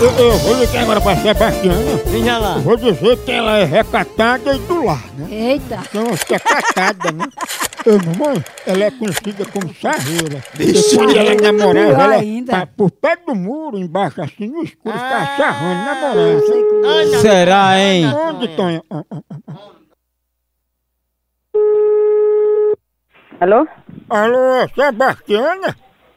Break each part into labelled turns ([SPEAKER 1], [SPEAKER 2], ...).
[SPEAKER 1] Eu, eu vou ligar agora pra Sebastiana.
[SPEAKER 2] Veja lá.
[SPEAKER 1] Vou dizer que ela é recatada e do lar, né?
[SPEAKER 3] Eita!
[SPEAKER 1] Então ela fica catada, né? Ô, mamãe, ela é conhecida como sarreira.
[SPEAKER 2] Vixe.
[SPEAKER 1] E quando ela namorava,
[SPEAKER 3] Pior
[SPEAKER 1] ela
[SPEAKER 3] ainda.
[SPEAKER 1] tá por pé do muro, embaixo, assim, no escuro,
[SPEAKER 2] Ah. é.
[SPEAKER 1] tá sarrando, namorando.
[SPEAKER 4] Será, hein?
[SPEAKER 1] Onde, Tonha? Ah, ah, ah.
[SPEAKER 5] Alô?
[SPEAKER 1] Alô, Sebastiana?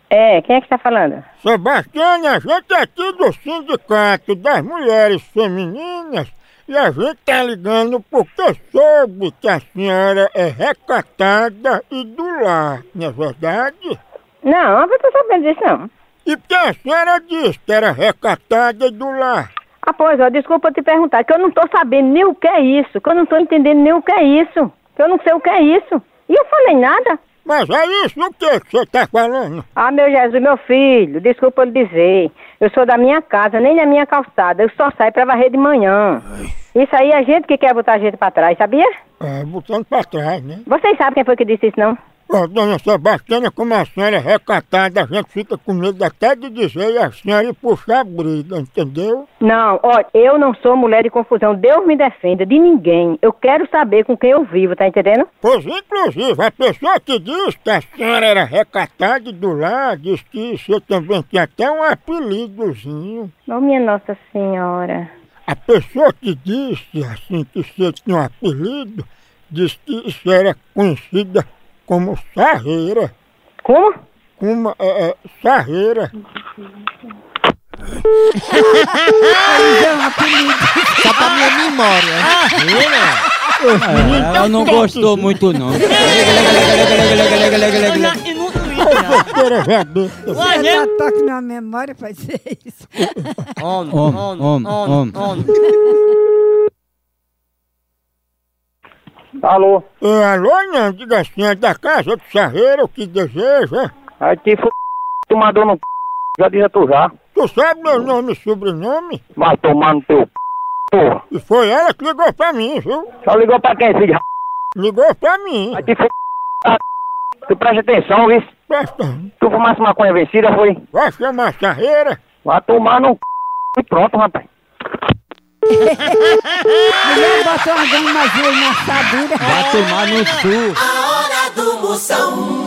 [SPEAKER 5] É, quem é que tá falando?
[SPEAKER 1] Sebastiana, a gente é aqui do Sindicato das Mulheres Femininas e a gente tá ligando porque soube que a senhora é recatada e do lar, não é verdade?
[SPEAKER 5] Não, eu não tô sabendo disso, não.
[SPEAKER 1] E porque a senhora disse que era recatada e do lar.
[SPEAKER 5] Ah, pois, ó, desculpa eu te perguntar, que eu não tô sabendo nem o que é isso, que eu não tô entendendo nem o que é isso, que eu não sei o que é isso. E eu falei nada.
[SPEAKER 1] Mas é isso o que que você tá falando?
[SPEAKER 5] Ah, meu Jesus, meu filho, desculpa eu lhe dizer, eu sou da minha casa, nem na minha calçada, eu só saio pra varrer de manhã. Isso aí é gente que quer botar a gente pra trás, sabia?
[SPEAKER 1] É, botando pra trás, né?
[SPEAKER 5] Vocês sabem quem foi que disse isso, não?
[SPEAKER 1] Ó, dona Sebastiana, como a senhora é recatada, a gente fica com medo até de dizer e a senhora ir puxar a briga, entendeu?
[SPEAKER 5] Não, ó, eu não sou mulher de confusão, Deus me defenda, de ninguém. Eu quero saber com quem eu vivo, tá entendendo?
[SPEAKER 1] Pois, inclusive, a pessoa que diz que a senhora era recatada e do lado, diz que você também tem até um apelidozinho.
[SPEAKER 5] Ô, Oh, minha Nossa Senhora.
[SPEAKER 1] A pessoa que disse assim que você tinha um apelido, diz que você era conhecida como Sarreira.
[SPEAKER 5] Como?
[SPEAKER 1] Como é, é, Sarreira.
[SPEAKER 4] Só pra minha memória. É, ela
[SPEAKER 1] Então,
[SPEAKER 4] não gostou muito, não.
[SPEAKER 2] E no Twitter.
[SPEAKER 1] Professora já disse.
[SPEAKER 2] Ué,
[SPEAKER 3] Você
[SPEAKER 2] gente.
[SPEAKER 3] dá toque na memória pra dizer isso.
[SPEAKER 2] Homem,
[SPEAKER 4] Homem, homem, homem.
[SPEAKER 6] Alô,
[SPEAKER 1] É, alô, não, diga assim, é da casa do Sarreira, o que deseja?
[SPEAKER 6] aqui foi tu mandou no c... já dizia tu já,
[SPEAKER 1] Tu sabe meu nome e sobrenome?
[SPEAKER 6] mas tomar no teu c... porra.
[SPEAKER 1] E foi ela que ligou pra mim, viu?
[SPEAKER 6] Só ligou pra quem, filho?
[SPEAKER 1] Ligou pra mim.
[SPEAKER 6] Aqui foi tá? Tu presta atenção, viu?
[SPEAKER 1] Presta.
[SPEAKER 6] Tu fumasse maconha vencida, foi?
[SPEAKER 1] Vai chamar a charreira?
[SPEAKER 6] Vai tomar no c... e pronto, rapaz.
[SPEAKER 3] Mulher botou uma gama mais na assadura.
[SPEAKER 4] Vai tomar no sul.
[SPEAKER 7] A hora do Moção.